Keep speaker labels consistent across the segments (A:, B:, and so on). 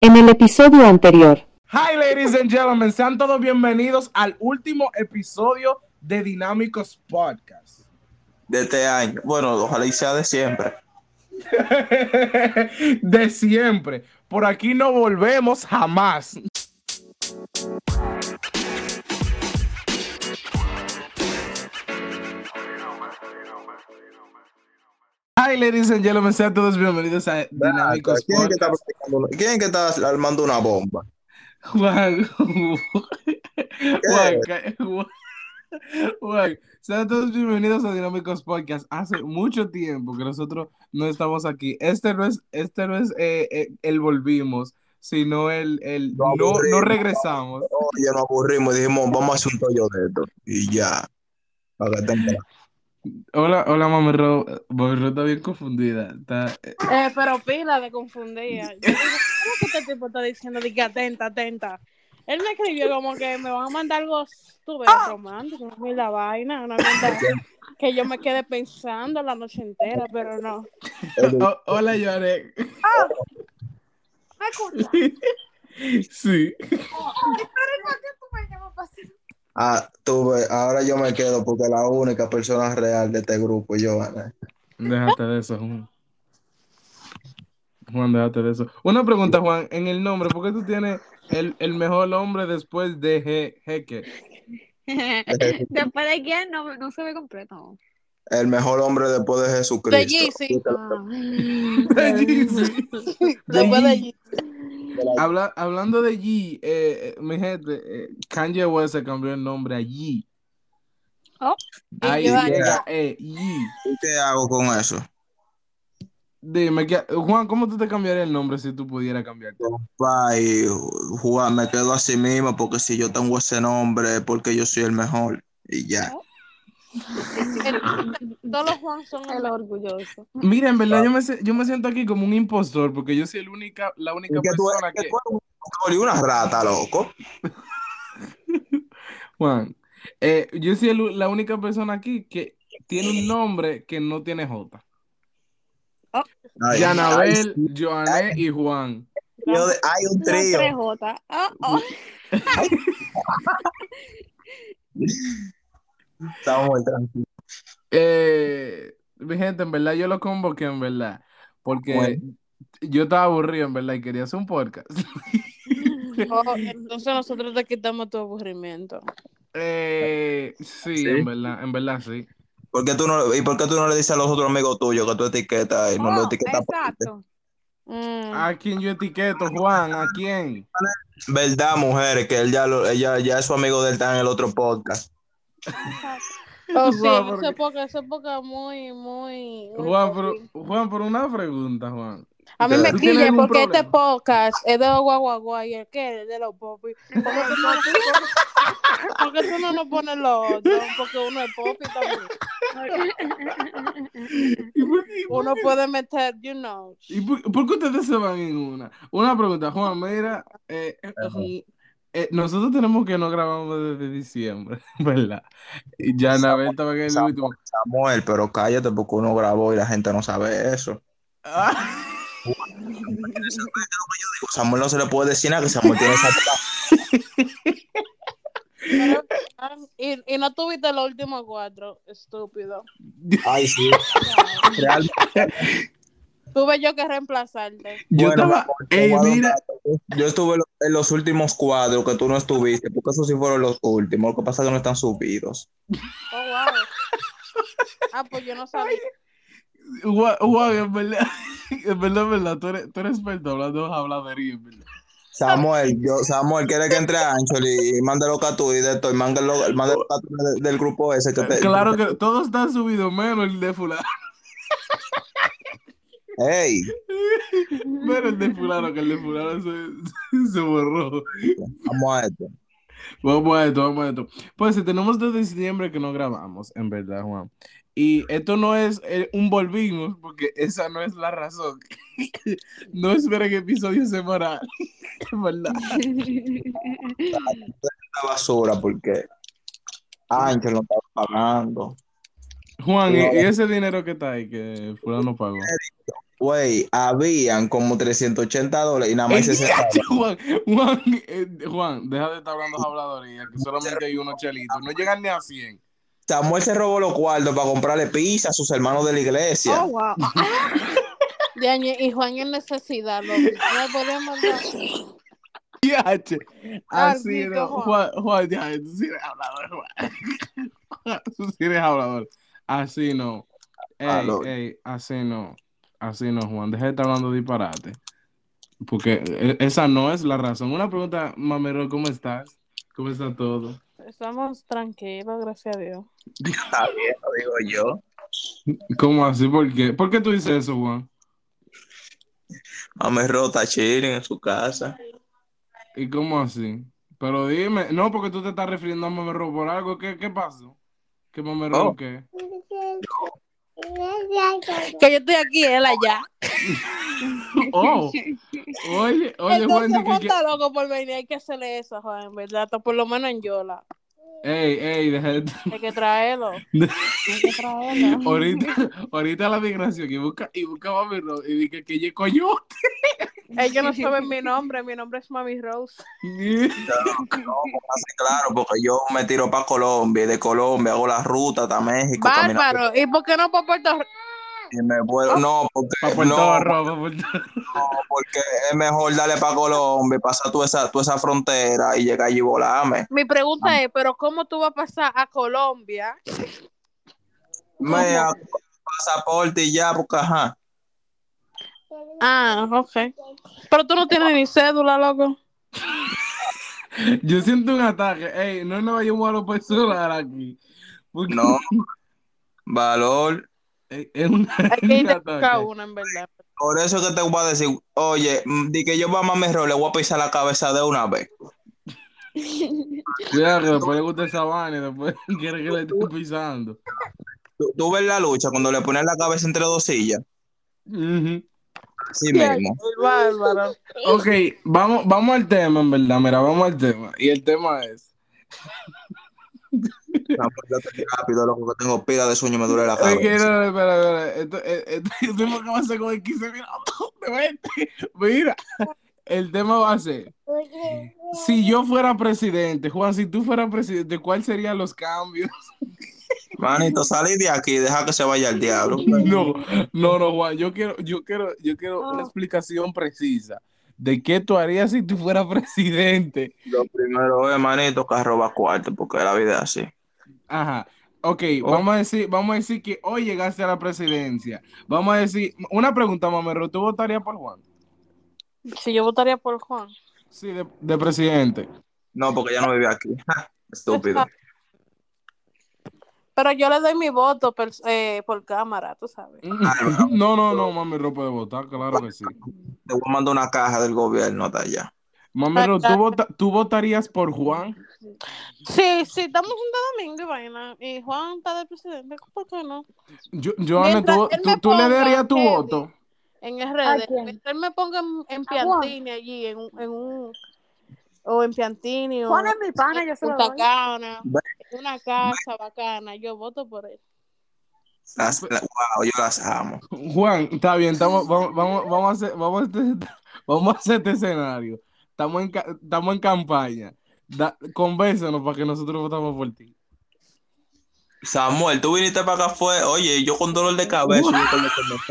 A: En el episodio anterior,
B: Hi, ladies and gentlemen, sean todos bienvenidos al último episodio de Dinámicos Podcast.
C: de este año. Bueno, ojalá y sea de siempre.
B: de siempre. Por aquí no volvemos jamás. Hi, ladies and gentlemen, sean todos bienvenidos a Dinámicos
C: ¿Quién es Ah, que está
B: Podcast.
C: practicando una- ¿Quién es que está armando una bomba?
B: Juan, Juan, ca- Juan, Juan, sean todos bienvenidos a Dinámicos Podcast. Hace mucho tiempo que nosotros no estamos aquí. Este no es, este no es eh, eh, el volvimos, sino el, el
C: Nos
B: no, no
C: aburrimos.
B: regresamos.
C: Oye, nos aburrimos y dijimos, vamos a hacer un tollo de esto. Y ya. Acá está.
B: Hola, hola, mami Ro. Mami Ro está bien confundida. Está, eh,
D: Eh, pero pila de confundida. Yo digo, ¿Cómo es que este tipo está diciendo de que atenta, atenta? Él me escribió como que me van a mandar algo tuve
E: Ah.
D: romántico, no la vaina, una cosa que yo me quedé pensando la noche entera, pero no.
B: oh, hola, Yare.
D: Me escucha.
B: Sí.
C: Ah, tú ves, ahora yo me quedo porque la única persona real de este grupo es Giovanna.
B: Déjate de eso, Juan. Juan, déjate de eso. Una pregunta, Juan, en el nombre, ¿por qué tú tienes el, el mejor hombre después de Je- Jeque?
E: Después de quién no, no se ve completo.
C: El mejor hombre después de
D: De
C: Jesucristo.
D: Yeezy.
B: Yeezy.
D: Después de Yeezy.
B: Habla- hablando de G, eh, eh, mi gente, eh, Kanye West se cambió el nombre a G.
E: Oh.
B: Ahí
D: Y Giovanna.
B: llega, eh, G.
C: ¿Y qué hago con eso?
B: Dime, ¿qué- Juan, ¿cómo tú te cambiarías el nombre si tú pudieras cambiarte?
C: Bye, Juan, me quedo así mismo porque si yo tengo ese nombre es porque yo soy el mejor. Y ya.
D: Todos los Juan son
E: El
D: el
E: orgulloso.
B: Mira, en verdad, yo me, se- yo me siento aquí como un impostor porque yo soy el única, la única
C: Es que tú,
B: persona
C: es que
B: que...
C: tú eres un doctor y una rata, loco.
B: Juan, eh, yo soy el- la única persona aquí que tiene un nombre que no tiene J.
C: Ay,
B: Yanabel, Joané y Juan.
C: ay, yo de- Hay un trío.
E: 3J. Ah, ah.
C: Estamos muy tranquilos.
B: Eh, mi gente, en verdad, yo lo convoqué, en verdad, porque
C: Bueno.
B: yo estaba aburrido, en verdad, y quería hacer un podcast.
D: Entonces nosotros te quitamos tu aburrimiento.
B: Eh, sí,
C: Sí.
B: en verdad, en verdad, sí.
C: ¿Por qué tú no, ¿Y por qué tú no le dices a los otros amigos tuyos que tú etiquetas y no lo
E: Oh,
C: etiquetas? por ti?
E: exacto.
D: Mm.
B: ¿A quién yo etiqueto, Juan? ¿A quién?
C: ¿Verdad, mujeres? Que él ya, lo, ella, ya es su amigo del tan en el otro podcast.
D: Oh, sí,
B: Juan,
D: eso
B: porque-
D: es porque, eso es porque es muy, muy. muy
B: Juan, pero, Juan, por una pregunta, Juan.
D: A mí
C: Ya.
D: me
B: ¿Tú tienes
D: quilla
B: algún
D: porque este
B: problema?
D: podcast es de los guaguaguá y el que es de los popis. ¿Por qué tú no- por qué tú no nos pones los otros? Porque uno es popi también.
B: ¿Y por qué-
D: Uno puede meter, you know.
B: ¿Y por, por qué ustedes se van en una? Una pregunta, Juan, mira, eh, eh,
C: Ajá.
B: eh, nosotros tenemos que no grabamos desde diciembre, ¿verdad? Y ya
C: Exacto,
B: Anabel estaba en el
C: exacto.
B: último.
C: Samuel, pero cállate porque uno grabó y la gente no sabe eso.
B: Ah,
C: Digo, Samuel no se le puede decir nada que Samuel tiene esa
D: Pero- ah, Y, y no tuviste los últimos cuatro, estúpido.
C: Ay, sí. Realmente.
D: Tuve yo que reemplazarte.
B: yo
C: Bueno,
B: estaba,
C: mi amor, te
B: ey,
C: voy a dar un
B: Eh, mira,
C: dato. Yo estuve en los- en los últimos cuadros que tú no estuviste, porque esos sí fueron los últimos. Lo que pasa es que no están subidos.
D: Oh, wow. Ah, pues yo no sabía.
B: Juan, Juan, en verdad, en verdad, en verdad, tú eres, tú eres experto hablando habladería, en verdad.
C: Samuel, yo, Samuel, quiere que entre a Ancholi y mándalo a tú y de esto, y mándalo, mándalo a tú de- del grupo ese que te.
B: Claro que todo está subido, menos el de fulano,
C: ¡Ey!
B: menos el de fulano, que el de fulano se, se borró.
C: Vamos a esto.
B: Vamos a esto, vamos a esto. Pues si tenemos desde diciembre que no grabamos, en verdad, Juan. Y esto no es eh, un volvimos, porque esa no es la razón. no esperen episodio semanal, en verdad.
C: La basura, porque Ángel no estaba pagando.
B: Juan, ¿y,
C: No.
B: y ese dinero que está ahí que fulano pagó?
C: Güey, habían como 380 dólares y nada más
B: El
C: 60
B: diache, Juan, Juan, eh, Juan, deja de estar hablando habladorías, que solamente hay unos chelitos. No llegan ni a 100.
C: Samuel se robó los cuartos para comprarle pizza a sus hermanos de la iglesia.
E: Oh, wow.
D: Ya, y y Juan en necesidad, loco. Me podría mandar.
B: Diache. Así
D: Maldito
B: no. Juan, Juan, ya, tú sí eres hablador, Juan. Juan, Tú sí eres hablador. Así no. Ey,
C: Aló.
B: ey, así no. Así no, Juan. Deja de estar hablando disparate. Porque eh, esa no es la razón. Una pregunta, Mamero, ¿cómo estás? ¿Cómo está todo?
D: Estamos tranquilos, gracias a Dios.
C: Está bien, lo digo yo.
B: ¿Cómo así? ¿Por qué? ¿Por qué tú dices eso, Juan?
C: Mame rota chilling en su casa.
B: ¿Y cómo así? Pero dime, no, porque tú te estás refiriendo a Mamero por algo. ¿Qué, qué pasó? ¿Qué Mamero
C: Oh.
B: qué?
D: Que yo estoy aquí, él allá.
B: Oh, oye, oye, Juan,
D: Entonces,
B: di
D: Juan
B: que-
D: está loco por venir. Hay que hacerle eso, Juan, en verdad. Hasta Por lo menos en Yola.
B: Ey, ey, deja de-
D: Hay que traerlo. Hay que traerlo.
B: ahorita, ahorita la migración y busca, y busca a Mami Rose y dije que ella coño.
D: Ellos no saben mi nombre. Mi nombre es Mami Rose.
C: No, así claro, porque yo me tiro para Colombia y de Colombia hago la ruta hasta México. camino-
D: Bárbaro. ¿Y por qué no por Puerto Rico?
C: y me vuelvo- No,
B: Para
C: porque,
B: Puerto
C: no,
B: Barro, pa' Puerto-
C: no, porque es mejor darle para Colombia, y pasar toda esa, toda esa frontera y llegar allí y volarme.
D: Mi pregunta es, ¿pero cómo tú vas a pasar a Colombia?
C: Me hago pasaporte y ya, porque ajá.
D: Ah, ok. Pero tú no tienes ni cédula, loco.
B: Yo siento un ataque. Ey, no nos vayamos a los personal aquí. Porque
C: No. Valor.
B: es, es un,
D: Hay
B: es
D: que
B: un
D: identificar
B: ataque.
D: una, en verdad.
C: Por eso que te voy a decir, oye, mm, di que yo va a mami Rose, le voy a pisar la cabeza de una vez.
B: Cuidado, que después le gusta esa vaina y después quiere que le esté pisando.
C: Tú, tú ves la lucha cuando le pones la cabeza entre dos sillas.
B: Ujú.
C: Sí mismo.
D: El bárbaro.
B: Ok, vamos, vamos al tema, en verdad. Mira, vamos al tema. Y el tema es.
C: Vamos, pues, yo estoy rápido, loco, que tengo pila de sueño y me duele la
B: Ok, no,
C: cabeza.
B: no, espera, espera. Esto, eh, esto, el tema que va a ser con el 15 minutos. Vete. Mira, el tema va a ser: si yo fuera presidente, Juan, si tú fueras presidente, ¿cuáles serían los cambios?
C: Manito, salí de aquí y deja que se vaya el diablo.
B: No, no, no, Juan, yo quiero, yo quiero, yo quiero una explicación precisa de qué tú harías si tú fueras presidente.
C: Lo primero es, manito, que roba cuarto, porque la vida es así.
B: Ajá. Ok,
C: Oh.
B: vamos a decir, vamos a decir que hoy llegaste a la presidencia. Vamos a decir, una pregunta, Mamero, ¿tú votarías por Juan?
D: Si yo votaría por Juan.
B: Sí, de, de presidente.
C: No, porque ya no vive aquí. Ja, Estúpido.
D: Pero yo le doy mi voto per- eh, por cámara, tú sabes.
B: No, no, no, Mamero puede votar, claro que sí.
C: Te voy a mandar una caja del gobierno hasta allá.
B: Mamero, ¿tú, vota- ¿tú votarías por Juan?
D: Sí, sí, estamos en domingo y vaina. Y Juan está de presidente, ¿por qué no?
B: Yo, Joana, ¿tú,
D: Mientras él me
B: tú- tú le
D: ponga
B: darías tu
D: Kevin.
B: voto?
D: En
E: ¿A
D: RD.
E: quién?
D: Mientras Él me ponga en, en
E: ¿A Juan?
D: Piantini allí, en, un- en un. O en Piantini, o
E: Juan es mi pana, yo se lo
D: Punta
E: doy.
D: Cana,
C: Ve-
D: en una casa bacana. Yo voto por él.
C: Las-
B: Pues,
C: la- wow, yo las amo.
B: Juan, está bien, estamos, vamos, vamos, vamos a hacer, vamos a hacer, vamos a hacer este escenario. Estamos en, ca- estamos en campaña. Da, convéncenos para que nosotros votamos por ti.
C: Samuel, tú viniste para acá fue, oye, yo con dolor de cabeza. yo con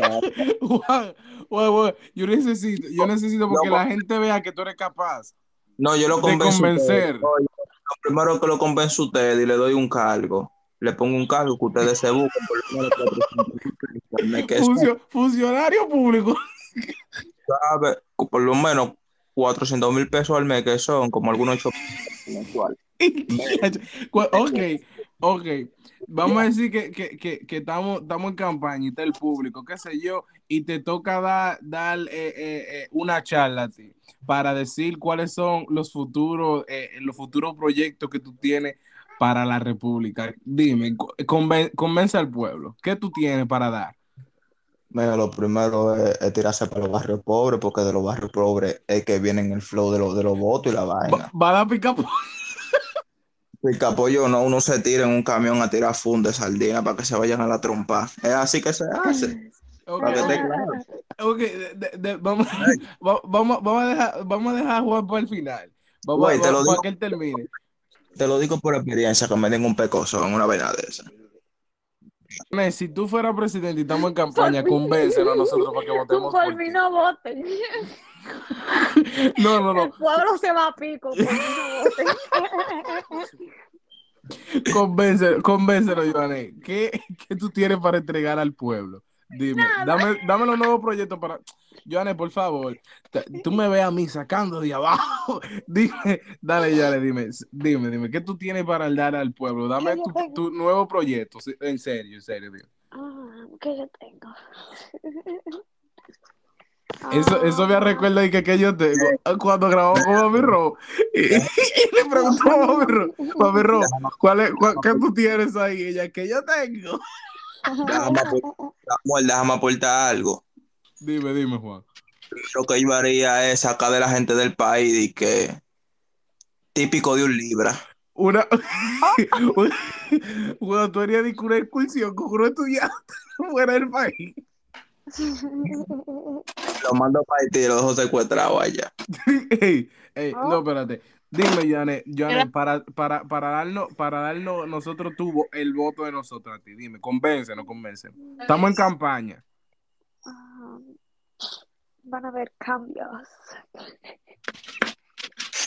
C: dolor de cabeza.
B: Juan, Juan, Juan, yo necesito, yo necesito porque
C: No,
B: la gente vea que tú eres capaz.
C: No, yo lo
B: De
C: convenzo. a
B: convencer.
C: ustedes. Oye, lo primero que lo convenzo a ustedes y le doy un cargo. Le pongo un cargo que ustedes se busquen por lo menos 400 internet, que eso,
B: Funcio- funcionario público.
C: ¿sabe? Por lo menos 400 mil pesos al mes, que son como algunos 8 mensuales.
B: Cu- ok, ok. Vamos a decir que, que, que, que estamos, estamos en campaña y está el público, qué sé yo, y te toca dar, dar eh, eh, eh, una charla a ti para decir cuáles son los futuros, eh, los futuros proyectos que tú tienes para la República. Dime, co- conven- convence al pueblo. ¿Qué tú tienes para dar?
C: Mira, lo primero es, es tirarse para los barrios pobres, porque de los barrios pobres es que vienen el flow de, los de los votos y la
B: Va,
C: vaina.
B: va a dar pica
C: escapó yo, no, uno se tira en un camión a tirar funda de sardina para que se vayan a la trompa. Es así que se hace.
B: Ok,
C: Para que esté claro.
B: ok, de- de- de- vamos, va- vamos, vamos, a dejar, vamos a dejar a Juan para el final. Vamos,
C: Güey,
B: a-
C: te lo
B: para
C: digo.
B: que él termine.
C: Te lo digo por experiencia, que me den un pecoso en una vaina de esa.
B: Ney, Si tú fueras presidente y estamos en campaña, convéncenos a nosotros para que votemos.
E: Por
B: por
E: mí
B: ti.
E: no voten.
B: No, no,
E: El
B: no.
E: pueblo se va a pico. Por mí no voten.
B: Convéncenos, convéncenos, Joanny. ¿Qué, ¿Qué tú tienes para entregar al pueblo? Dime, dame, dame los nuevos proyectos para. Joanny, por favor, t- tú me ves a mí sacando de abajo. Dime, dale, Joanny, dime, s- dime, dime, ¿qué tú tienes para dar al pueblo? Dame
E: Que yo
B: tu,
E: tengo-
B: tu nuevo proyecto, sí, en serio, en serio. dime.
E: Ah, ¿Qué yo tengo?
B: Eso, eso me
E: Ah.
B: recuerda de que, que yo tengo Ah, cuando grabamos con Mami Ro y, y le preguntamos a Mami Ro, Mami Ro, ¿cuál es, cuál- ¿qué tú tienes ahí? Ella, que yo tengo.
C: Déjame aportar, amor, déjame aportar algo.
B: Dime, dime, Juan.
C: Lo que yo haría es sacar de la gente del país y que típico de un libra.
B: Una. Bueno, tú harías de que una excursión con un estudiante fuera del país.
C: Lo mando para Haití y lo dejo secuestrado allá.
B: Ey, ey, no, espérate. Dime, Janet, Janet, para, para, para darnos, para darnos nosotros tu vo- el voto de nosotros a ti. Dime, convéncenos, convéncenos. Estamos en campaña.
E: Ah, Van a haber cambios.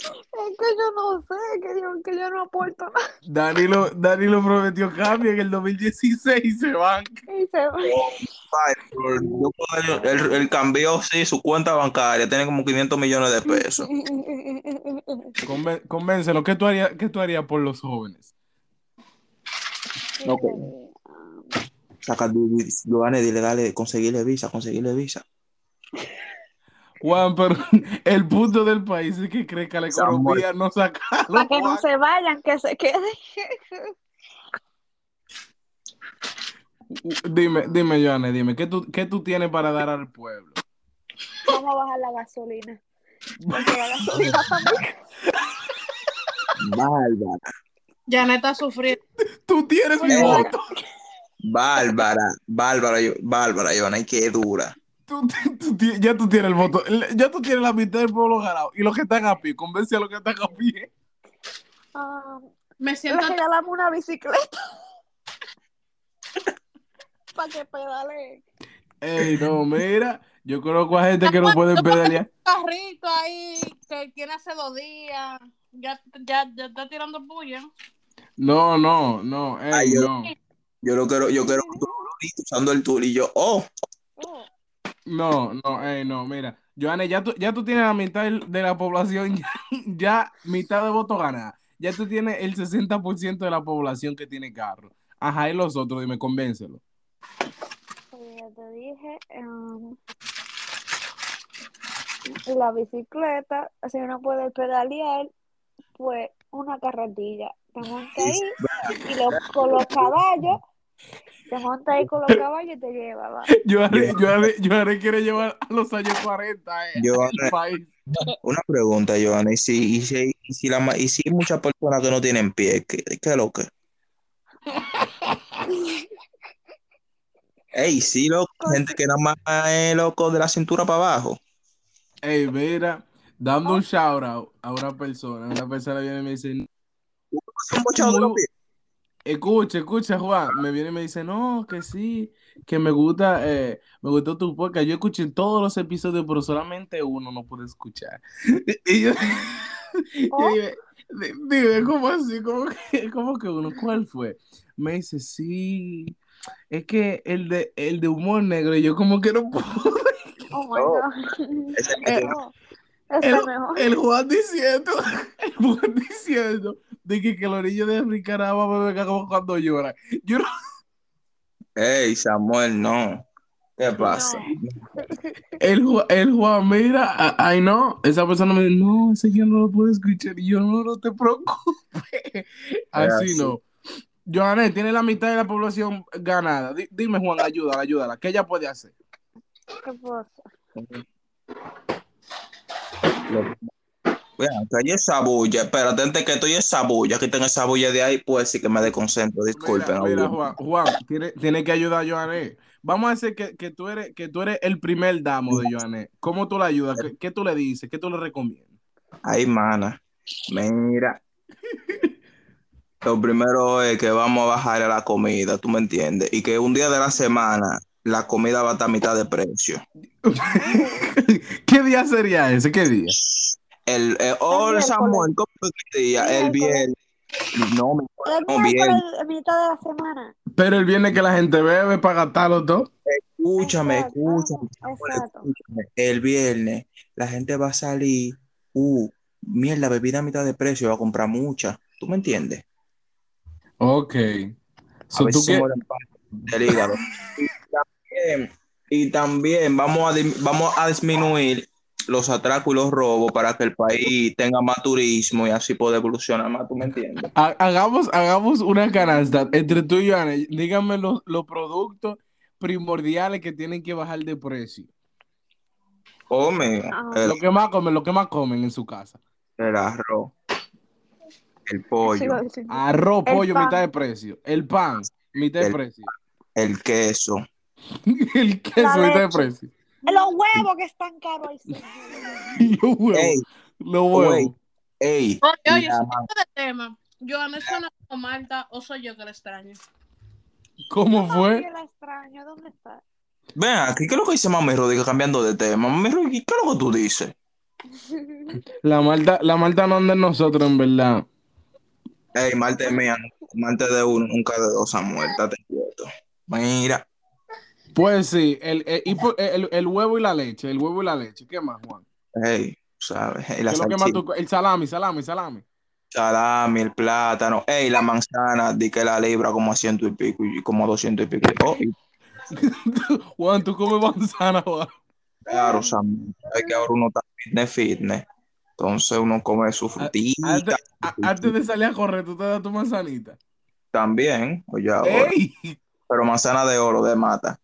E: Es que yo no sé, que yo, que yo no aporto nada.
B: Danilo, Danilo prometió cambio en el 2016 y se van.
E: Y se va.
C: Ay, pero el- El, el cambió, sí, su cuenta bancaria tiene como 500 millones de pesos.
B: Conven- convéncenos, ¿qué tú harías, qué tú harías por los jóvenes?
C: Ok. Saca Giovanni, dile, dale, conseguirle visa, conseguirle visa.
B: Juan, pero el punto del país es que cree que la economía no saca.
E: Para que no se vayan, que se queden.
B: Dime, dime, Joanne, dime, ¿qué tú, qué tú tienes para dar al pueblo?
E: Vamos a bajar la gasolina. Porque la gasolina está muy cara.
C: Bárbara,
D: Janeta sufrió.
B: Tú tienes
E: Pues,
B: mi
C: Bueno.
B: voto.
C: Bárbara, Bárbara, yo- Bárbara, Giovanni, qué dura.
B: Tú, ti- tú ti- ya tú tienes el voto. Ya tú tienes la mitad del pueblo ganado. Y los que están a pie, convence a los que están a pie.
E: Ah,
D: Me siento.
E: Le regalamos una bicicleta. Para que pedale.
B: Ey, no, mira, yo conozco a gente que no pueden pedalear.
D: Está rico ahí, que tiene hace dos días. Ya, ya, ya está tirando puya.
B: No, no, no, ey,
C: Ay, yo-
B: no.
C: Yo lo quiero, yo quiero un turulito usando el tool y yo, oh,
E: Oh,
B: No, no, ey, no, mira. Joanne, ya tú, ya tú tienes la mitad del- de la población, ya, ya mitad de voto ganada. Ya tú tienes el 60% de la población que tiene carro. Ajá, y los otros, dime, convéncelo.
E: pues ya te dije. em, la bicicleta, si uno puede pedalear, pues una carretilla. Te monta ahí y lo- con los caballos. Te monta ahí con los caballos y te lleva. va.
B: Joanne, Joanne, Joanne quiere llevar a los años 40 eh,
C: Joanne.
B: al país.
C: una pregunta, Giovanni, y si, y si, y si, la, ma- y si hay muchas personas que no tienen pie, ¿qué, qué es lo que? Ey, sí, loco, gente que nada más es loco de la cintura para abajo.
B: Ey, mira, dando un shout out a una persona. Una persona viene y me dice,
C: Son muchos de los pies.
B: Escucha, escucha, Juan. Me viene y me dice, no, que sí, que me gusta, eh, me gustó tu podcast. Yo escuché todos los episodios, pero solamente uno no pude escuchar. Y yo, yo dije, "Di- dime, ¿cómo así? ¿Cómo que, cómo que uno? ¿Cuál fue? Me dice, sí, es que el de, el de humor negro, y yo como que no puedo.
E: Oh my God.
C: Ese-
B: Eh,
E: Oh, eso
B: el-
E: es mejor.
B: El Juan diciendo, el Juan diciendo, de que, que el orillo de Ricaraba me venga como cuando llora. Yo no
C: Ey, Samuel, no. ¿Qué pasa?
B: El, Ju- el Juan, mira, a- ay no, esa persona me dice, no, ese yo no lo puedo escuchar, y yo no, no te preocupes. Así
C: así.
B: no. Joanet, tiene la mitad de la población ganada. Di- dime, Juan, ayúdala, ayúdala. ¿Qué ella puede hacer?
E: ¿Qué puedo hacer?
C: Lo- Vean, que hay esa bulla. Espérate, antes que estoy esa bulla, quiten esa bulla de ahí, pues sí que me desconcentro. Disculpen.
B: Mira, mira,
C: abuelo.
B: Juan, Juan, tiene, tiene que ayudar a Joané. Vamos a decir que, que tú eres, que tú eres el primer damo de Joané. ¿Cómo tú la ayudas? ¿Qué, qué tú le dices? ¿Qué tú le recomiendas?
C: Ay, mana. Mira. Lo primero es que vamos a bajar a la comida, ¿tú me entiendes? Y que un día de la semana la comida va a estar a mitad de precio.
B: ¿Qué día sería ese? ¿Qué día?
C: El, el, oh, el
E: miércoles.
C: Samuel, ¿cómo es que día? El viernes.
E: Miércoles.
C: No, mi-
E: El
C: Oh,
E: miércoles, a mitad de la semana.
B: Pero el viernes que la gente bebe para gastar los dos.
C: escúchame,
E: Exacto,
C: escúchame, Samuel,
E: exacto.
C: escúchame. El viernes la gente va a salir. Uh, mierda, bebida a mitad de precio, va a comprar mucha. ¿Tú me entiendes?
B: Ok.
C: A
B: So,
C: ver
B: ¿tú
C: si se
B: qué-
C: muere en paz del hígado. Y también, y también vamos, a, dim- vamos a disminuir los atracos y los robos para que el país tenga más turismo y así poder evolucionar más, ¿tú me entiendes?
B: Ha- Hagamos, hagamos una canasta entre tú y Joana. Díganme los, los productos primordiales que tienen que bajar de precio.
C: Come
E: Ah.
C: el,
B: Lo que más comen, lo que más comen en su casa.
C: el arroz, el
E: Sí,
C: pollo, Ah.
E: lo decía.
B: Arroz,
E: El
B: pollo,
E: pan.
B: mitad de precio. El pan, mitad de
C: El-
B: precio.
C: el queso,
B: El queso,
E: La
B: mitad de
E: leche.
B: precio.
E: Los huevos que están caros ahí. sí.
B: Los huevos.
C: Ey.
B: Los huevos.
C: Güey. ey,
D: Oye, oye,
C: la
D: ese
C: ma-
D: tipo de tema. Yo no suena como Marta o soy yo que la extraño.
B: ¿Cómo
E: Ay,
B: fue?
E: yo la extraño, ¿dónde está?
C: Ven aquí, ¿qué es lo que dice Mami Rodríguez cambiando de tema? Mami Rodríguez, ¿qué es lo que tú dices?
B: La Marta, la Marta no anda en nosotros, en verdad.
C: Ey, Marte mía, Marte de uno, nunca de dos, Samuel, estate quieto. Mira,
B: Pues sí, el, el- y por- el- el huevo y la leche, el huevo y la leche. ¿Qué más, Juan?
C: ey, ¿sabes? Ey,
B: ¿Qué
C: la
B: es lo que más
C: salchicha.
B: tú- el salami, salami, salami.
C: Salami, el plátano, ey, la manzana, di que la libra como a ciento y pico, y como a doscientos y pico. Oh, y
B: Juan, tú comes manzana, Juan.
C: claro, Samuel, es que ahora uno está fitness, fitness. Entonces uno come su frutita
B: Ah, Antes, a- antes de salir a correr, tú te das tu manzanita.
C: también, oye, ahora,
B: ¡Ey!
C: pero manzana de oro, de mata.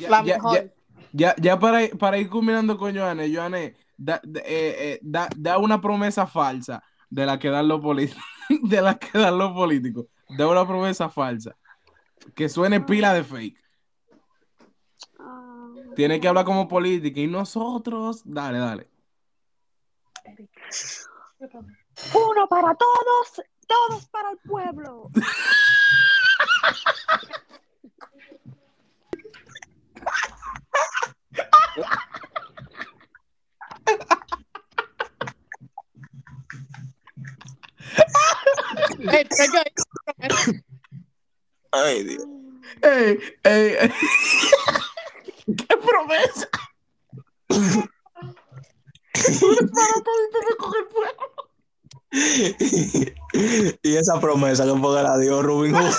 B: Ya,
D: La
B: ya-
D: mejor.
B: ya- ya- ya para, ir- para ir culminando con Joanne, Joanne, da, da- eh, eh, da- da una promesa falsa de la que dan los políticos. De la que dan los políticos. Da una promesa falsa. Que suene pila de fake.
E: Ah,
B: Tiene que hablar como política. Y nosotros. Dale, dale.
E: Uno para todos, todos para el pueblo.
D: Ey, pero Eh, yo hice una promesa.
C: Ay, Dios.
B: ¡Ey! ¡Ey! ey. ¡Qué promesa!
C: y esa promesa que fue que la dio Rubén Hood.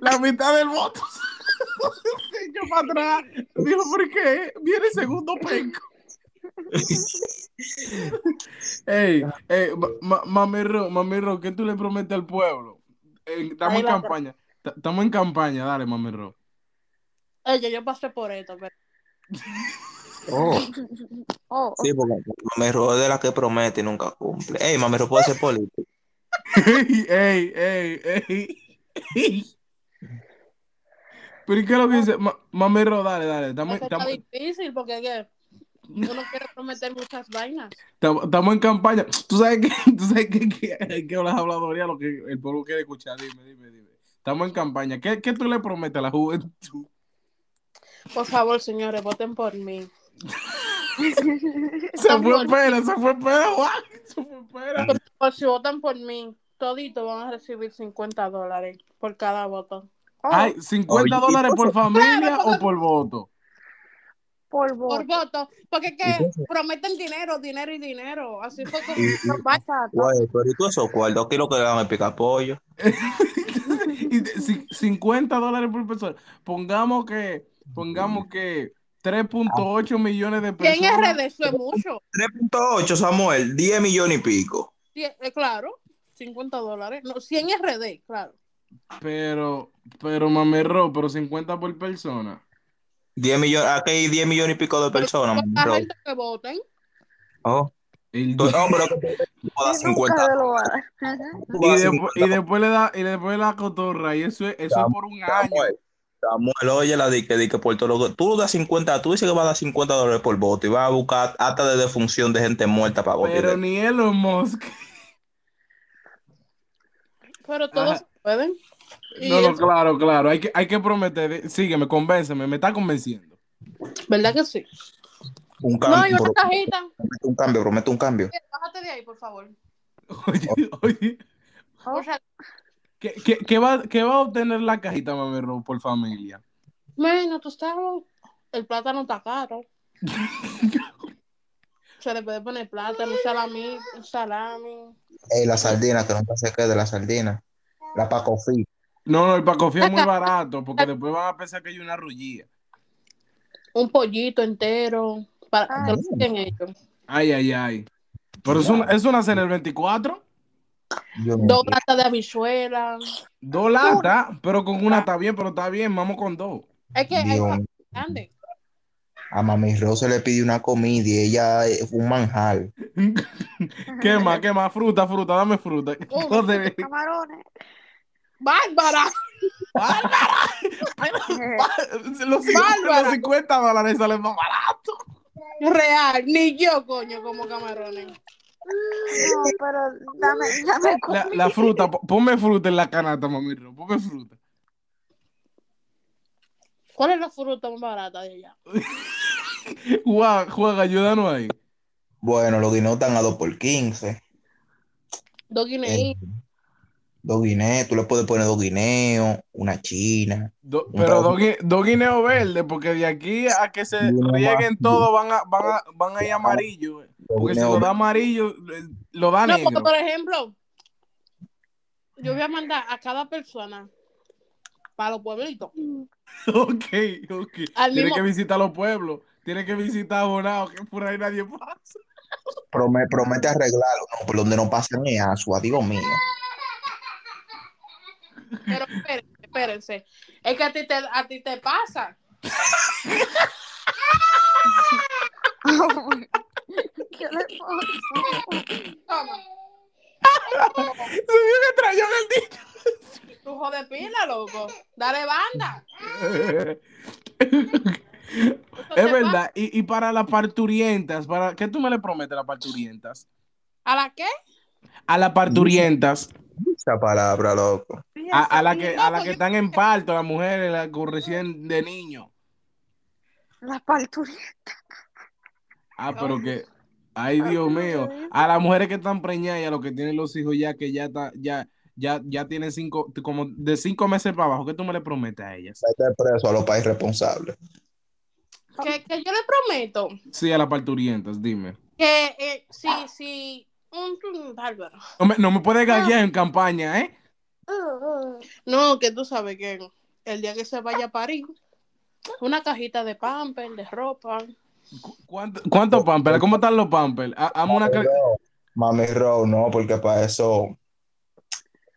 B: La mitad del voto. Yo para atrás. Dijo, ¿por qué? Viene segundo penco. Ey, ey, ma- ma- mami Ro, mami Ro, ¿qué tú le prometes al pueblo? Eh, Estamos
D: Ahí
B: en
D: va.
B: campaña. Ta- Estamos en campaña, dale, mami Ro.
D: Oye, eh, yo pasé por esto, pero
E: Oh,
C: Sí, porque Mamero es de la que promete y nunca cumple. Ey, Mamero puede ser político.
B: Ey, ey, ey, ey, ey. Pero ¿y qué es lo que dice? Ma- mami Ro, dale, dale. Estamos,
D: eso está
B: estamos,
D: difícil porque ¿qué? uno quiere prometer muchas vainas.
B: Estamos estamos en campaña. Tú sabes que, tú sabes que, que, que las habladorías, lo que el pueblo quiere escuchar. Dime, dime, dime. Estamos en campaña. ¿Qué, qué tú le prometes a la juventud?
D: Por favor, señores, voten por mí.
B: Se fue pera, se fue pera, Juan. Se fue pera.
D: Por si votan por mí, todito van a recibir 50 dólares por cada voto.
E: oh,
B: Ay, 50
C: Oye,
B: dólares por familia
D: Claro,
B: o por voto.
E: polvo.
D: Por voto, porque es
C: ¿Y
D: que prometen dinero, dinero y dinero. Así fue como
C: Y-
E: Exacto.
C: Güey, pero ¿y tú esos cuartos? Aquí lo que le van a picar pollo.
B: Y de- ci- 50 dólares por persona. Pongamos que, pongamos que 3.8 millones de
D: 100
B: personas.
D: RD, eso es mucho.
C: 3.8, Samuel, 10 millones y pico.
D: Cien- eh, claro, 50 dólares. No, 100 RD, claro.
B: Pero, pero mamerro, pero 50 por persona.
C: 10 ah, millones, aquí hay 10 millones y pico de personas.
D: La
C: Mamero.
D: gente que voten,
C: Oh,
B: El
C: tú-
B: día.
C: no, pero que tú
E: Y
C: das
E: nunca
C: 50.
E: lo va a dar. Ajá.
C: tú
B: Y,
C: das
B: despu-
C: 50.
B: y después le da, y después le da cotorra, y eso es, eso es por un año.
C: Samuel, Samuel, oye, la di que di que por todo lo que- tú das 50, tú dices que vas a dar 50 dólares por voto y vas a buscar hasta de defunción de gente muerta para votar.
B: Pero ni Elon Musk.
D: Pero todos
B: Ajá.
D: pueden. Y
B: No, no,
D: eso-
B: claro, claro. Hay que, hay que prometer. Sígueme, convénceme, me está convenciendo.
D: ¿Verdad que sí?
C: un cambio,
D: No, y una
C: pro-
D: cajita.
C: promete un cambio, promete un cambio.
D: Bájate de ahí, por favor.
B: Oye, oye.
D: O sea,
B: ¿Qué, qué- qué va, qué va a obtener la cajita, mami Ru, por familia?
D: bueno, tú estás. El plátano está caro. Se le puede poner plátano, un salami, un salami.
C: Ey, la sardina, que nunca se quede la sardina. La pacofí.
B: No, no, el pacofía es muy barato, porque después van a pensar que hay una rullía.
D: un pollito entero para
E: Ah.
D: que lo quiten ellos.
B: Ay, ay, ay. Pero es una, es una cena el 24,
C: Yo no
D: Dos
C: entiendo.
D: latas de habichuela.
B: dos latas, pero con una está bien, pero está bien, vamos con dos.
D: Es que es
C: Dios.
D: grande.
C: A Mami Rose le pidió una comida y ella eh, un manjar.
B: ¿Qué más, qué más? Fruta, fruta, dame fruta.
D: Oh,
B: Joder,
E: Camarones.
D: ¡Bárbara!
B: Bárbara, los,
D: Bárbara.
B: los 50 dólares salen más barato.
D: Real, ni yo, coño, como camarones.
E: No, pero dame, dame cu-
B: La, la fruta, po- ponme fruta en la canasta, mami Ru, ponme fruta.
D: ¿Cuál es la fruta más barata de allá?
B: Juan, Juan, ayúdanos ahí.
C: Bueno, los guineos están a 2 por 15.
D: Dos guineítos.
C: Dos guineos, tú le puedes poner dos guineos, una china.
B: Do-
C: Un
B: pero
C: rabo.
B: dos gui- dos guineos verdes, porque de aquí a que se
C: Guineo
B: rieguen
C: amarillo.
B: todo van a, van a, van a ir amarillo. eh.
C: Dos
B: Porque si
C: guineos
B: lo da amarillo, eh, lo da
D: No,
B: negro.
D: porque, por ejemplo, yo voy a mandar a cada persona para los pueblitos.
B: Ok, ok.
D: Al
B: Tiene
D: mismo-
B: que visitar los pueblos. Tiene que visitar Bonao, que por ahí nadie pasa.
C: Prome- promete arreglarlo, no, por donde no pasan ni asua, Dios mío.
D: Pero espérense, espérense. Es que a ti te, a ti te pasa.
E: ¿Qué le pongo?
D: Toma,
B: Se me trayó
D: tu jode pila, loco. Dale banda.
B: en el dicho.
D: Eso te
B: Es
D: pasa.
B: verdad. Y, y para las parturientas, para, ¿qué tú me le prometes a las parturientas?
D: ¿A la qué?
B: A las parturientas,
C: Esa palabra, loco.
B: a, a las que, a la
D: Loco,
B: que
D: yo-
B: están en parto, las mujeres, las con recién de niño.
E: Las parturas.
B: Ah,
D: No.
B: pero que, ay
E: Ah,
B: Dios
E: no,
B: mío,
E: no, no.
B: a las mujeres que están preñadas y a los que tienen los hijos ya que ya está, ya, ya, ya tienen cinco, como de cinco meses para abajo, ¿qué tú me le prometes a ellas?
C: Mete preso a los países responsables.
D: que, que yo le prometo
B: Sí, a las parturientas, dime.
D: que eh, si, si, un, un bárbaro.
B: No me, no me puedes gallar en campaña, ¿eh?
D: No, que tú sabes que el día que se vaya a París, una cajita de pamper, de ropa.
B: ¿Cu- ¿Cuánto, cuánto pamper? ¿Cómo están los pampers? Hazme una... cal-
C: Mami Row, no, porque para eso,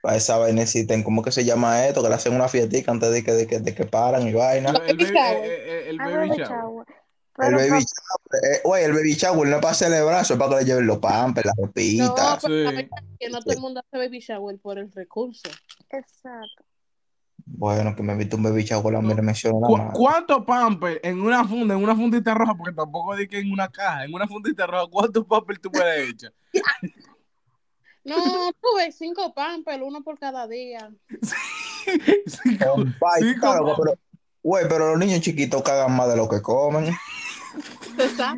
C: para esa vaina existen, ¿cómo que se llama esto? Que le hacen una fiestica antes de que, de que, de que paran y vaina.
B: El
D: Baby
B: baby,
D: shower.
B: eh, eh, el
E: Ah,
B: baby
E: baby
B: shower.
E: shower.
C: El
E: Pero
C: baby
E: pa-
C: shower, eh, oye, el baby shower no es para celebrar, eso es para que le lleven los pampers, las
D: No,
C: ropitas.
D: pero la
B: Sí.
D: verdad es que no todo el mundo hace baby shower por el recurso.
E: Exacto.
C: Bueno, que me viste un baby shower, la mira mencionó
B: ¿Cu-
C: la madre.
B: ¿Cuántos pampers en una funda, en una fundita roja? Porque tampoco di que en una caja, en una fundita roja, ¿cuántos pampers tú puedes echar?
D: No, tuve cinco pamper, uno por cada día.
B: Cinco-
C: Con pay,
B: cinco
C: claro,
B: pampers.
C: pero, güey, pero los niños chiquitos cagan más de lo que comen.
D: ¿Está?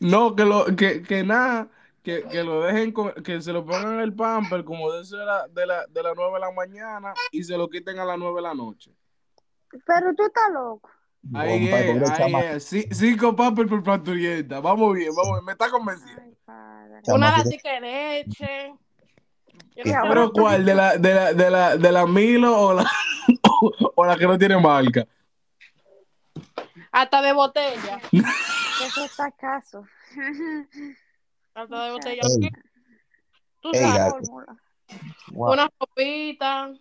B: No, que lo, que, que nada, que, que lo dejen, con- que se lo pongan en el pamper como de eso de la, de la, de las 9 de la mañana y se lo quiten a las 9 de la noche.
E: Pero tú estás loco.
B: Ahí
C: Compa,
B: es,
C: pobre
B: ahí
C: chama-
B: es. Ci- Cinco pampers por parturienta. Vamos bien, vamos bien. Me está convenciendo.
E: Ay, padre.
C: chama-
D: Una latica de leche.
C: Ya,
D: Yo no sé,
E: ahora
B: ¿Pero cuál? ¿De la, de la, de la, de la Milo o la, o la que no tiene marca?
D: hasta de botella.
E: Que eso está caso.
D: Hasta de botella.
C: Ey,
D: Tú
C: ey,
D: sabes.
C: la-
E: Fórmula.
C: guau.
D: Una ropita.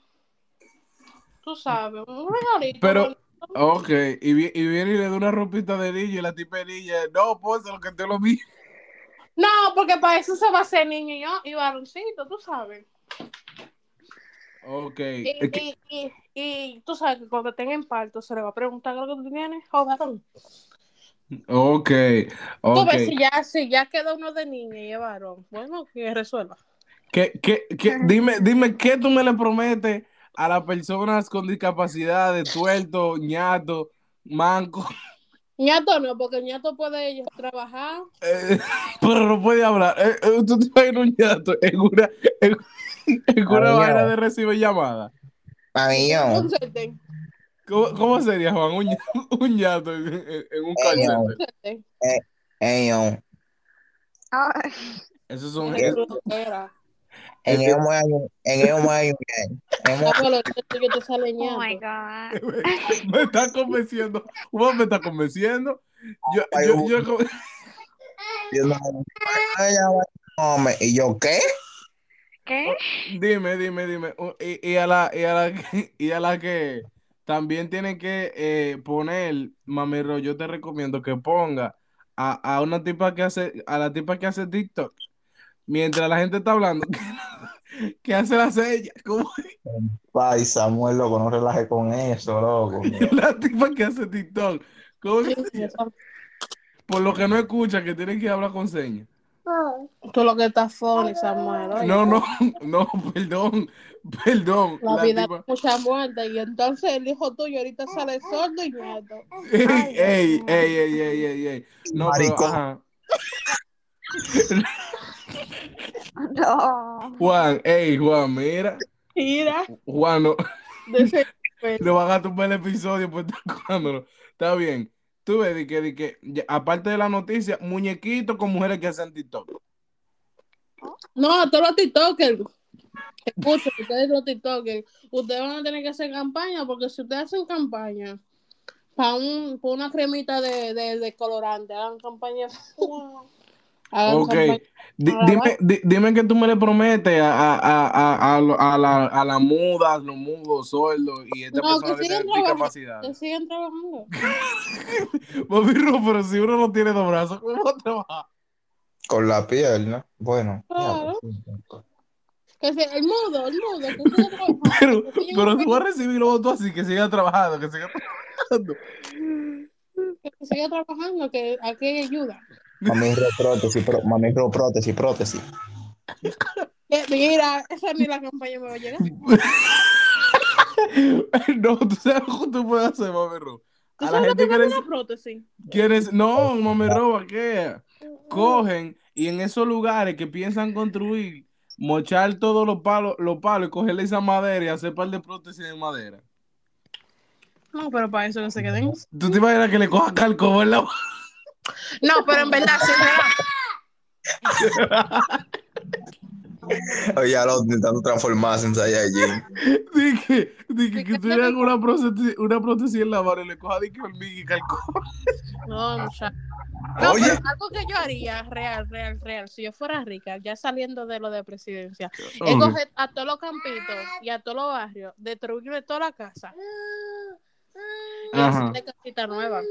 D: Tú sabes, un regalito.
B: Pero, ok, y, vi- y viene y le da una ropita de niño y la tiperilla, no, pues lo que te lo vi.
D: No, porque para eso se va a hacer niño y yo- y varoncito, tú sabes.
B: Ok.
D: Y,
B: Es que-
D: y, y, y tú sabes que cuando tengan parto se le va a preguntar lo que tú tienes, o varón.
B: Ok.
D: Tú
B: Ok.
D: ves si ya, si ya queda uno de niña y es varón. Bueno, que resuelva.
B: ¿Qué, qué, qué- dime, dime, ¿qué tú me le prometes a las personas con discapacidades, tuerto, ñato, manco,
D: Ñato no, porque ñato puede trabajar.
B: eh, pero no puede hablar? Eh, eh, ¿Tú te imaginas un ñato en una, en, en una
C: Ay,
B: vaina
C: no.
B: de recibir llamada?
C: Pabellón.
D: Un sete,
B: ¿Cómo, cómo sería, Juan, un, ña- un ñato en, en- en un call
C: Ey,
B: center?
C: no.
D: sete.
C: Ey, yo.
E: Ah,
B: Esos son...
D: Qué
B: eh,
D: grosera.
C: En
B: Este-
C: ellos me ayudan. En ellos me ayudan. Hemos-
D: Abuelo, esto que te sale
E: oh my
D: ñato.
E: God.
B: me está convenciendo. Juan me está convenciendo. Yo,
C: Ay,
B: yo,
C: Juan.
B: yo, como-
C: yo no- Ella va a- hombre. ¿Y yo qué?
E: ¿Qué?
B: Dime, dime, dime. U- Y, y a la, y, a la, que- y a la que también tienen que eh, poner, mami Ro, yo te recomiendo que ponga a, a una tipa que hace, a la tipa que hace TikTok, mientras la gente está hablando, que, hace la sella, como
C: Ay, Samuel, loco, no relaje con eso, loco.
B: la tipa que hace TikTok, ¿cómo que se llama?
D: Tú
B: por lo que no escucha, que tienen que hablar con señas. Oh.
D: lo que estás funny, Samuel. oye.
B: No, no, no, perdón, perdón.
D: La,
B: la
D: vida
B: tipa-
D: es mucha muerte. Y entonces el hijo tuyo ahorita sale sordo y ñato.
B: Ey,
E: Ay, Dios
B: ey,
E: mío.
B: ey, ey, ey, ey, ey. No, pero,
C: Maricón.
B: ajá.
E: No.
B: Juan, ey, Juan, mira.
D: Mira,
B: Juan, no,
D: de ese
B: le van a tumbar el episodio por estar cojándolo. Está bien. Tú ves, di que, di que, ya, aparte de la noticia, muñequitos con mujeres que hacen TikTok.
D: No, todos los TikTokers. Escuchen, ustedes los TikTokers. Ustedes van a tener que hacer campaña porque si ustedes hacen campaña para un, pa' una cremita de, de, de colorante, hagan campaña. Hagan
B: Ok.
D: campaña.
B: Di-
D: Ah,
B: dime,
D: bueno.
B: di- dime que tú me le prometes a, a, a, a, a, lo- a la, a las mudas, los mudos, sordos y esta
D: No, que
B: persona que
D: sigan
B: tiene
D: trabajando.
B: discapacidad.
D: Que sigan trabajando.
B: Mami, no, pero si uno no tiene dos brazos, ¿cómo va a trabajar?
C: Con la pierna. Bueno. pues,
D: Claro.
C: diablo.
D: Que se- el mudo, el mudo. Que sigan trabajando.
B: Pero,
D: Que sigan
B: pero tú vas a
D: trabajando,
B: recibir los votos así, que siga trabajando, que siga trabajando.
D: que sigan trabajando, que aquí hay ayuda.
C: Mami, prótesis, pro- mami, prótesis, prótesis.
D: Que- Eh, mira, esa ni la campaña me va a llegar.
B: No, tú sabes lo que tú puedes hacer, mami Ro. A
D: ¿Tú
B: la
D: sabes lo
B: gente
D: que
B: que
D: vende
B: eres,
D: la prótesis?
B: quieres- no, mami Ro, ¿a qué? Cogen y en esos lugares que piensan construir, mochar todos los palos, los palos y cogerle esa madera y hacer par de prótesis de madera.
D: No, pero para eso que se queden.
B: ¿Tú te imaginas que le coja calco en la
D: No, pero en verdad, sí, mira.
C: Oye, lo intentando transformarse en Saiyajin.
B: Dije, dije que
D: Dije,
B: tuviera
D: "Tengo".
B: una prótesis, una prótesis en la mano y le coja de que hormiga y calco.
D: No, muchacho. No,
C: Oye.
D: pero algo que yo haría, real, real, real, si yo fuera rica, ya saliendo de lo de presidencia, es coger a todos los campitos y a todos los barrios, destruirle toda la casa y
B: Ajá.
D: hacerle casita nueva.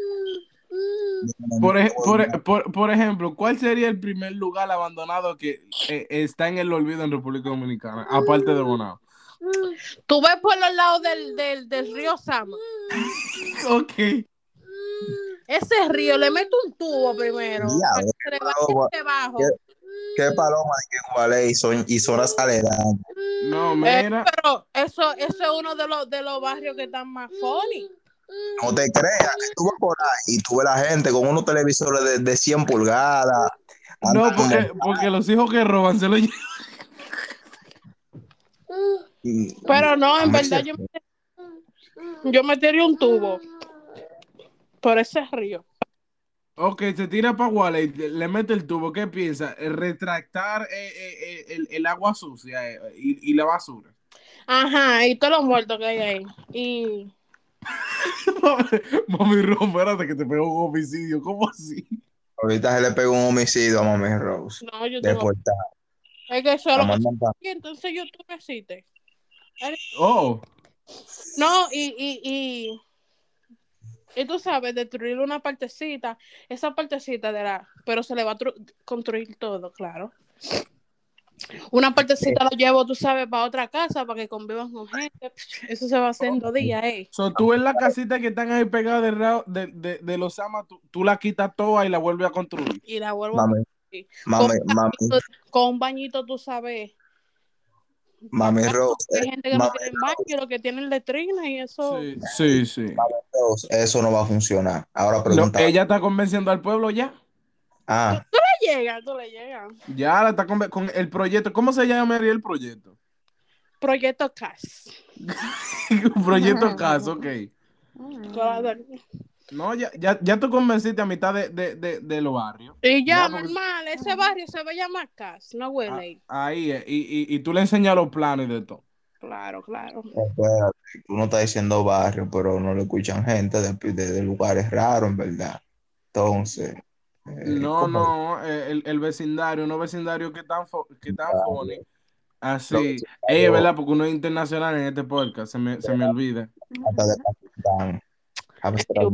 B: Por, ej- por ej- por- por ejemplo, ¿cuál sería el primer lugar abandonado que eh, está en el olvido en República Dominicana? Aparte de Bonao.
D: Tú ves por los lados del, del, del río Sama,
B: Ok.
D: ese río le meto un tubo primero,
C: Diablo,
D: se le va
C: bravo.
D: debajo.
C: Qué paloma de que Gualey y, son, y zonas aledañas.
B: No,
D: Eh,
B: mira.
D: pero eso, eso es uno de los, de los barrios que están más funny.
C: No te creas. Tú vas por ahí y tú ves la gente con unos televisores de, de 100 pulgadas.
B: No,
C: andando
B: porque, porque los hijos que roban se lo llevan.
C: y-
D: Pero no, en
C: Hombre,
D: verdad
C: sí.
D: yo, me- yo metería un tubo por ese río.
B: Ok, se tira para Guala y le mete el tubo. ¿Qué piensa? Eh, Retractar eh, eh, eh, el, el agua sucia eh, y, y la basura.
D: Ajá, y todos los muertos que hay ahí. Y
B: Mami, Ron, espérate que te pegó un homicidio. ¿Cómo así?
C: Ahorita se le pegó un homicidio a Mami Rose.
D: no, yo tengo.
C: Deportada.
D: Es que
C: La
D: solo.
C: mandan pa-
D: Y entonces yo tú me hiciste.
B: Oh.
D: No, y, y, y. Y tú sabes, destruir una partecita, esa partecita de la, pero se le va a tru- construir todo, claro. Una partecita lo llevo, tú sabes, para otra casa, para que convivan con gente. Eso se va a hacer en dos días, ¿eh?
B: So, tú en la casita que están ahí pegadas de, ra- de, de, de los amas, tú, tú la quitas toda y la vuelves a construir.
D: Y la vuelvo
C: Mami,
D: Sí.
C: mami,
D: con,
C: mami,
D: un bañito, con un bañito, tú sabes.
C: mami Rose,
D: Hay gente que no
C: Eh, mami
D: tiene baño, lo que tienen letrina y eso.
B: Sí, sí, sí.
C: Rose, eso no va a funcionar. Ahora
B: No,
C: pregunta.
B: ella está convenciendo al pueblo ya.
C: Ah,
D: Le llega, tú le llega.
B: Ya la está conven- con el proyecto. ¿Cómo se llamaría el proyecto?
D: Proyecto CAS.
B: proyecto caso, ok. No, ya, ya, ya tú convenciste a mitad de, de, de, de los barrios.
D: Y ya,
B: Ya, porque-
D: normal, ese barrio se va a llamar CAS, no
B: Ah,
D: huele.
B: Ahí, eh, y, y, y tú le enseñas los planes de todo.
D: Claro, claro.
C: espérate, tú no estás diciendo barrio, pero no lo escuchan gente de, de- de lugares raros, en verdad. Entonces, eh,
B: No,
C: ¿cómo?
B: no, eh, el, el vecindario, unos vecindarios que están, fo- que están funny.
C: Los
B: Así.
C: vecindarios-
B: Ey, es verdad, porque uno es internacional en este podcast, se me, se me olvida.
C: Hasta de Pakistán. Abstracto.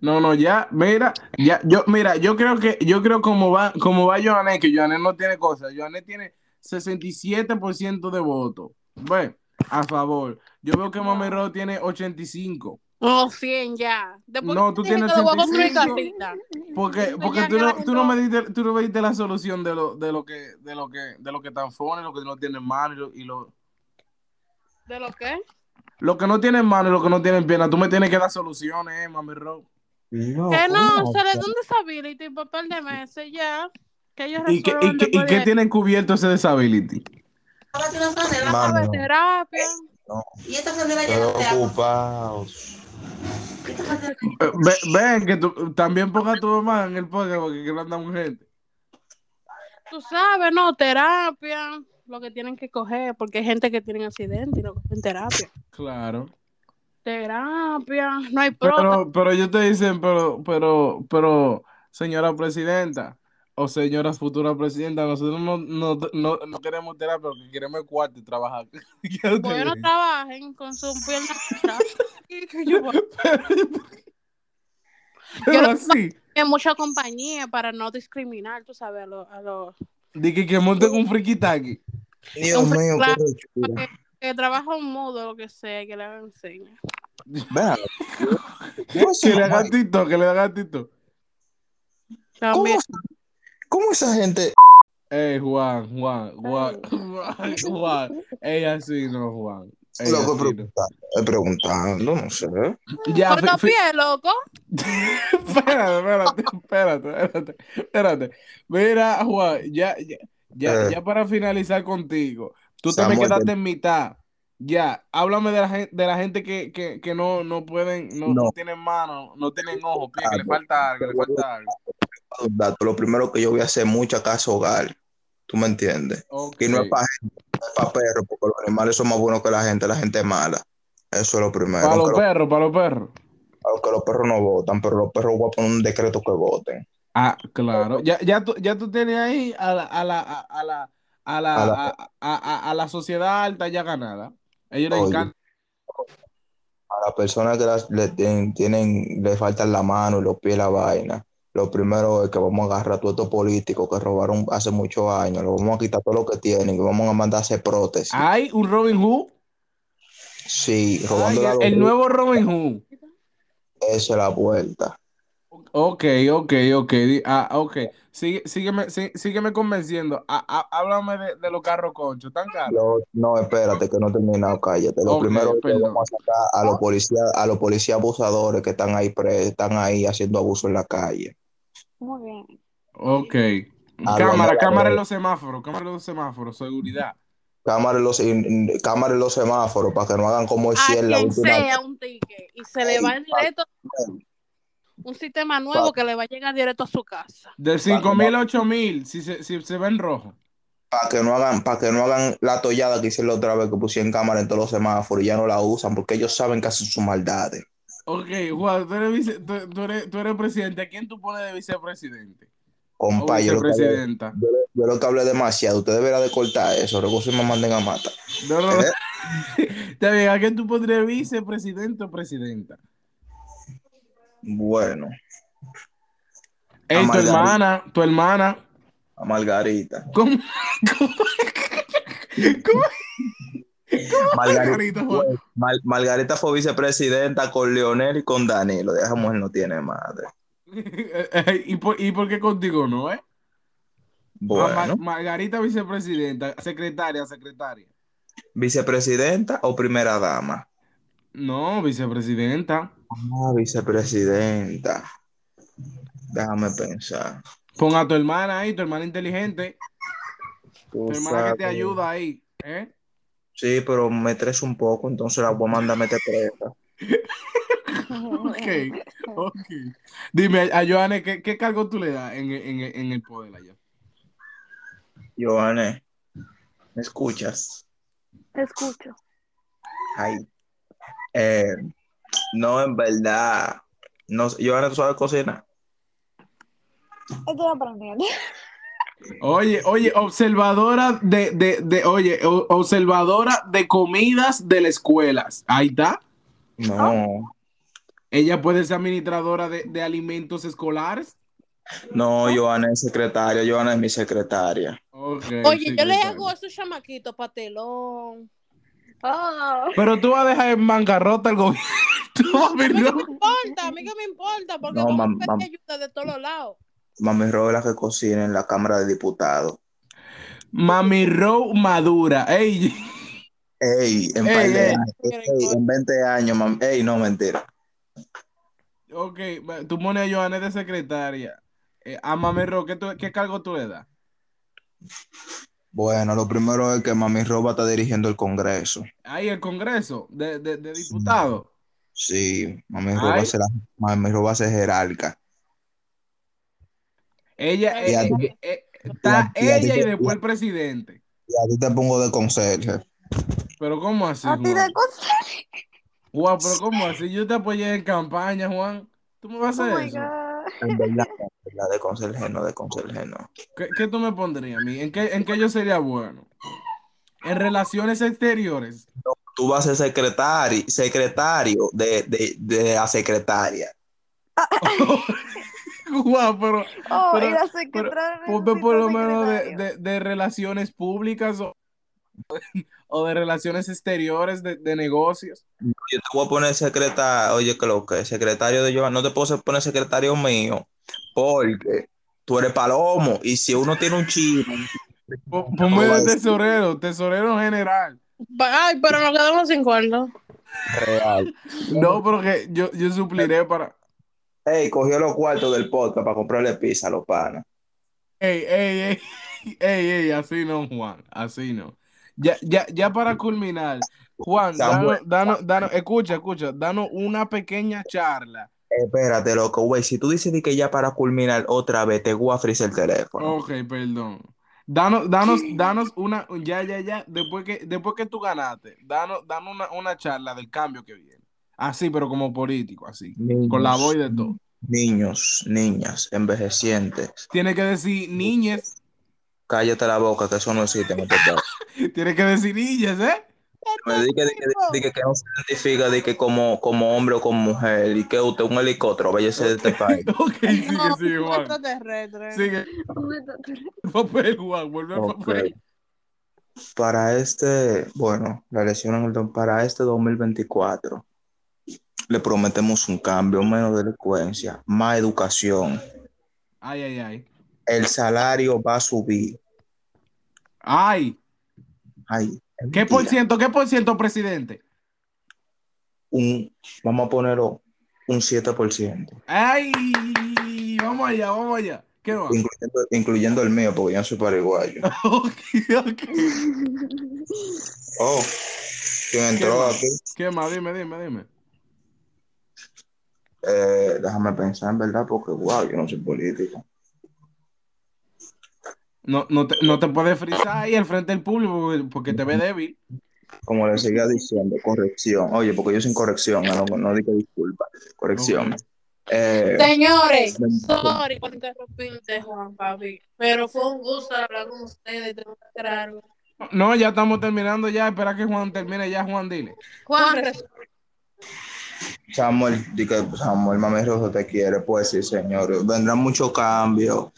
B: No, no, ya, mira, ya, yo, mira, yo creo que, yo creo como va, como va Joané, que Joané no tiene cosas, Joané tiene 67% de votos, ve, a favor. Yo veo que Mami Ro tiene 85,
D: No, 100 Oh, ya. Después
B: No,
D: que
B: tú
D: dije
B: tienes
D: que lo voy a construir
B: 65.
D: casita.
B: porque,
E: Pues
D: Eso
B: porque
D: ya
B: tú no,
D: quedaron
B: tú no
D: dos.
B: me diste, tú no me diste la solución de lo, de lo que, de lo que, de lo que tan fone, lo que no tienen mano y lo, y lo,
D: ¿De lo qué?
B: lo que no tienen mano y lo que no tienen pierna, tú me tienes que dar soluciones, eh, Mami Ro.
C: No,
D: que no,
C: ¿cómo?
D: se le da un disability por par de meses ya. Que ellos
B: ¿Y qué, y
D: resuelvan
B: qué- y
D: después
B: qué
D: de-
B: tienen cubierto ese disability?
C: Mami,
D: de terapia.
A: Y esta candela llena de agua.
C: preocupados.
A: Y esta candela-
B: Eh, ve- Ven, que tú también ponga a tu mamá en el podcast porque que lo andamos gente.
D: Tú sabes, no, terapia. Lo que tienen que coger, porque hay gente que tiene accidente y no cogen terapia.
B: Claro.
D: Terapia, no hay prota.
B: Pero, pero ellos te dicen, pero, pero, pero, señora presidenta o señora futura presidenta, nosotros no, no, no, no queremos terapia, lo que queremos es cuarto y trabajar. ¿Qué ustedes
D: Porque no
B: dicen?
D: trabajen con su pierna. hinchada. Y que yo voy
B: Pero
D: no-
B: así,
D: a mucha compañía para no discriminar, tú sabes, a los. A los-
B: de que, que monten un frikitaki.
C: Dios
D: Entonces,
C: mío,
D: claro,
C: qué rechura.
D: que, que trabaja un mudo, lo que sea, que le hagan señas.
C: Vea.
B: Que le hagan tito, que le hagan tito.
D: También.
C: ¿Cómo esa gente?
B: Ey, Juan, Juan, Juan, Juan, Juan. Ey, así no, Juan. Ey,
C: Loco,
B: así no.
C: preguntando, preguntando, no sé.
B: Ya,
D: Por
B: fi-
D: los
B: fi-
D: pies, loco.
B: Espérate, espérate, espérate, espérate, espérate. Mira, Juan, ya, ya, ya,
C: Eh.
B: ya para finalizar contigo, tú
C: Samuel,
B: tienes que darte en mitad. Ya, háblame de la gente, de la gente que, que, que no, no pueden, no,
C: No.
B: no tienen mano, no tienen ojo, pie, que le falta algo, que le falta algo.
C: Dato, Lo primero que yo voy a hacer es mucha casa hogar. ¿Tú me entiendes?
B: Ok.
C: Que no es para gente, no es para perros, porque los animales son más buenos que la gente, la gente es mala. Eso es lo primero.
B: Para los
C: Aunque los,
B: perros, para los perros.
C: aunque los perros no votan, pero los perros voy a poner un decreto que voten.
B: Ah, claro. Ya, ya, tú, ya tú tienes ahí a la, a la, a, a la, a la,
C: A la-
B: a, a- a- a la sociedad alta ya ganada. A ellos les
C: Oye.
B: encanta.
C: A las personas que las- le, tienen, tienen- le faltan la mano y los pies la vaina, lo primero es que vamos a agarrar a todos estos políticos que robaron hace muchos años, los vamos a quitar todo lo que tienen y vamos a mandar a hacer prótesis.
B: Hay un Robin Hood.
C: Sí, robando
B: Ay, el nuevo Robin Hood.
C: Esa es la vuelta.
B: Ok, ok, ok. Di- Ah, ok. Sigue- sígueme, sí- sígueme convenciendo. Ah, ah, háblame de, de los carros conchos. ¿Tan caros?
C: Lo- no, espérate, que no he terminado, cállate. Lo
B: Ok,
C: primero es que
B: perdón.
C: vamos a sacar a los policías, a los policías abusadores que están ahí pre- están ahí haciendo abuso en la calle.
E: Muy bien.
B: Ok.
C: Ah,
B: Cámara,
C: lo-
B: cámara en los semáforos, cámara en los semáforos, seguridad.
C: Cámaras en los, en- en- cámaras en los semáforos para que no hagan como
D: a
C: hicieron Pues la
D: quien
C: última
D: sea un ticket y se le va en directo un sistema nuevo que le va a llegar directo a su casa.
B: De 5 mil a 8 mil, si se, si se ve en rojo.
C: para que no hagan, para que no hagan la tollada que hicieron la otra vez que pusieron cámara en todos los semáforos y ya no la usan porque ellos saben que hacen sus maldades.
B: Ok, Juan, tú eres, vice- tú, tú eres, tú eres presidente. ¿A quién tú pones de vicepresidente? O
C: Compa, yo lo, que hablé,
B: vicepresidenta.
C: yo lo- yo lo que hablé demasiado, usted deberá de cortar eso, recursos y me manden a matar.
B: No, no, no.
C: ¿Eh?
B: Está bien, ¿a quién tú pondrías vicepresidente o presidenta?
C: Bueno,
B: Ey, tu
C: Amalgam-
B: hermana, tu hermana.
C: a Margarita.
B: ¿Cómo? ¿Cómo? ¿Cómo?
C: Margarita,
B: Margarita, Juan?
C: Mar- Margarita fue vicepresidenta con Leonel y con Danilo. De esa mujer no tiene madre.
B: ¿Y por, ¿Y por qué contigo no, eh? Ah, Mar-
C: Bueno,
B: Margarita, vicepresidenta, secretaria, secretaria.
C: vicepresidenta o primera dama.
B: No, vicepresidenta.
C: Ah, vicepresidenta. Déjame pensar.
B: Pon a tu hermana ahí, tu hermana inteligente,
C: Tú
B: tu hermana que te
C: sabes.
B: ayuda ahí, ¿eh?
C: Sí, pero me tres un poco, entonces la voy a mandar a meter presa.
B: Ok, ok. Dime, a Johannes, ¿qué, qué cargo tú le das en, en- en el poder allá?
C: Johannes, ¿me escuchas?
E: Te escucho.
C: Ay. Eh, no, en verdad. No, sé. Johannes, ¿tú sabes cocinar?
E: Estoy aprendiendo.
B: Oye, oye, observadora de, de, de oye, o- observadora de comidas de las escuelas. Ahí está.
C: No.
B: Ella puede ser administradora de, de alimentos escolares.
C: No, Johannes es secretaria. Johannes es mi secretaria.
B: Ok,
D: Oye,
B: sí,
D: yo le
B: claro.
D: hago a esos chamaquitos patelón.
E: Oh.
B: Pero tú vas a dejar en bancarrota el gobierno. Tú vas a
D: A mí
B: ver,
D: que
B: ¿no?
D: me importa, a mí que me importa, porque
C: No,
D: como
C: mam-
D: que
C: mam-
D: te ayuda de todos lados.
C: Mami Ro es la que cocina en la Cámara de Diputados.
B: Mami Row madura. Ey,
C: Ey, en par
B: Ey,
C: de
B: ey.
C: años. Ey, en 20 años, mam- Ey, no, mentira.
B: ok, va, tú pones a Johannes de secretaria. Eh, a Mami Row, ¿qué, tú- qué cargo tú le das?
C: Bueno, lo primero es que Mami Roba está dirigiendo el Congreso.
B: Ahí el Congreso de, de, de diputados.
C: Sí, Mami
B: Ay.
C: Roba se la, Mami Roba se jerarca.
B: Ella eh,
D: Y
C: a
B: eh,
C: ti-
B: eh, eh, está
C: y a ti
B: ella y
C: te-
B: después el presidente.
C: Y a ti te pongo de conserje.
B: Pero ¿cómo así,
E: A ti
B: Juan?
E: te gusta.
B: Juan, pero ¿cómo así? Yo te apoyé en campaña, Juan. ¿Tú me vas a
E: Oh
B: hacer
E: my
B: eso?
E: God.
C: En verdad, en verdad, de conserje no, de conserje no.
B: ¿Qué, qué tú me pondrías a mí? ¿En qué, en qué yo sería bueno? En relaciones exteriores.
C: Tú vas a ser secretario, secretario de, de, de la secretaria.
B: Juan, pero
E: Oh,
B: Pero-
E: y la secretaria
B: ponme por lo
E: necesita
B: menos de,
E: secretario.
B: de- de relaciones públicas o, o de relaciones exteriores de, de negocios.
C: Yo te voy a poner secretario, oye, que lo que, secretario de Joan, no te puedo poner secretario mío, porque tú eres palomo, y si uno tiene un chisme,
B: Po-
C: No
B: Ponme
C: lo va a
B: de
C: decir.
B: tesorero, tesorero general.
D: Ay, pero nos quedamos sin cuerda.
C: real.
B: No, porque yo, yo supliré para...
C: Ey, cogió los cuartos del podcast para comprarle pizza a los panas.
B: Ey, ey, ey, ey, ey, así no, Juan, así no. Ya, ya, ya para culminar, Juan,
C: Samuel.
B: danos, danos, danos- escucha, escucha, danos una pequeña charla.
C: Espérate, loco, güey. Si tú dices de que ya para culminar otra vez, te voy a freezer el teléfono.
B: Ok, perdón. Danos, danos, danos una, ya, ya, ya, después que, después que tú ganaste, danos, danos una, una charla del cambio que viene. Así, pero como político, así,
C: Niños,
B: con la voz y de todo.
C: Niños, niñas, envejecientes.
B: Tiene que decir niñes,
C: Cállate la boca, que eso no existe en este país.
B: tiene que decir niñes, ¿eh?
C: Me di que, di que- di que- que no se identifica de que como, como hombre o como mujer y que usted es un helicóptero, váyase de este país.
B: Ok, sigue,
D: No,
B: sigue, Juan.
D: extraterrestre.
B: Sigue, papel, Juan, vuelve al
C: Ok.
B: papel.
C: Para este, bueno, la elección en el do- para este 2024, le prometemos un cambio, menos delincuencia, más educación.
B: Ay, ay, ay.
C: El salario va a subir.
B: Ay,
C: Ay, es
B: ¿qué por
C: mentira.
B: ciento, qué por ciento, presidente?
C: un, vamos a ponerlo, un 7%,
B: Ay, vamos allá, vamos allá. ¿Qué más?
C: incluyendo, incluyendo el mío, porque yo no soy paraguayo.
B: Ok, ok.
C: Oh, ¿quién
B: ¿Qué
C: entró
B: más?
C: aquí?
B: ¿Qué más? Dime, dime, dime.
C: Eh, déjame pensar, en verdad, porque wow, yo no soy político.
B: No, no, te, no te puedes frizar ahí al frente del público porque- porque te ve débil.
C: Como le seguía diciendo, corrección. Oye, porque yo sin corrección, no, no digo disculpa, corrección.
B: Ok.
C: Eh,
D: Señores, sorry por interrumpirte, Juan Papi, pero fue un gusto hablar con ustedes. Tengo que hacer algo.
B: No, ya estamos terminando ya. Espera que Juan termine ya, Juan, dile.
D: Juan, res-
C: Samuel, di que Samuel Mami Rosso te quiere, pues sí, señores. Vendrán muchos cambios.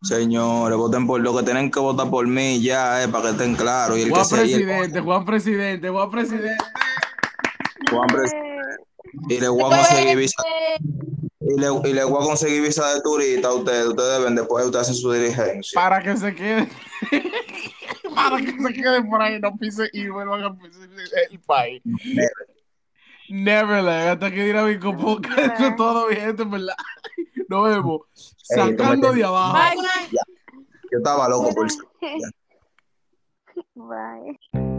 C: Señores, voten por lo que tienen que votar por mí ya, eh, para que estén claros. Y el que
B: Juan
C: se- y el-
B: presidente, Juan presidente, Juan presidente.
C: Juan
E: Eh.
C: Pres- y le voy a conseguir visa. Y le, y le voy a conseguir visa de turista a ustedes. Ustedes ven, después ustedes hacen su dirigencia.
B: Para que se quede. para que se quede por ahí, no pise y vuelvan a pisar el país. Neverland, hasta que dinámico, porque esto es todo, mi gente, en ¿verdad? Nos vemos.
C: Ey,
B: Sacando
C: tómate.
B: de abajo.
D: Ay,
C: Yo estaba loco por
E: Bye.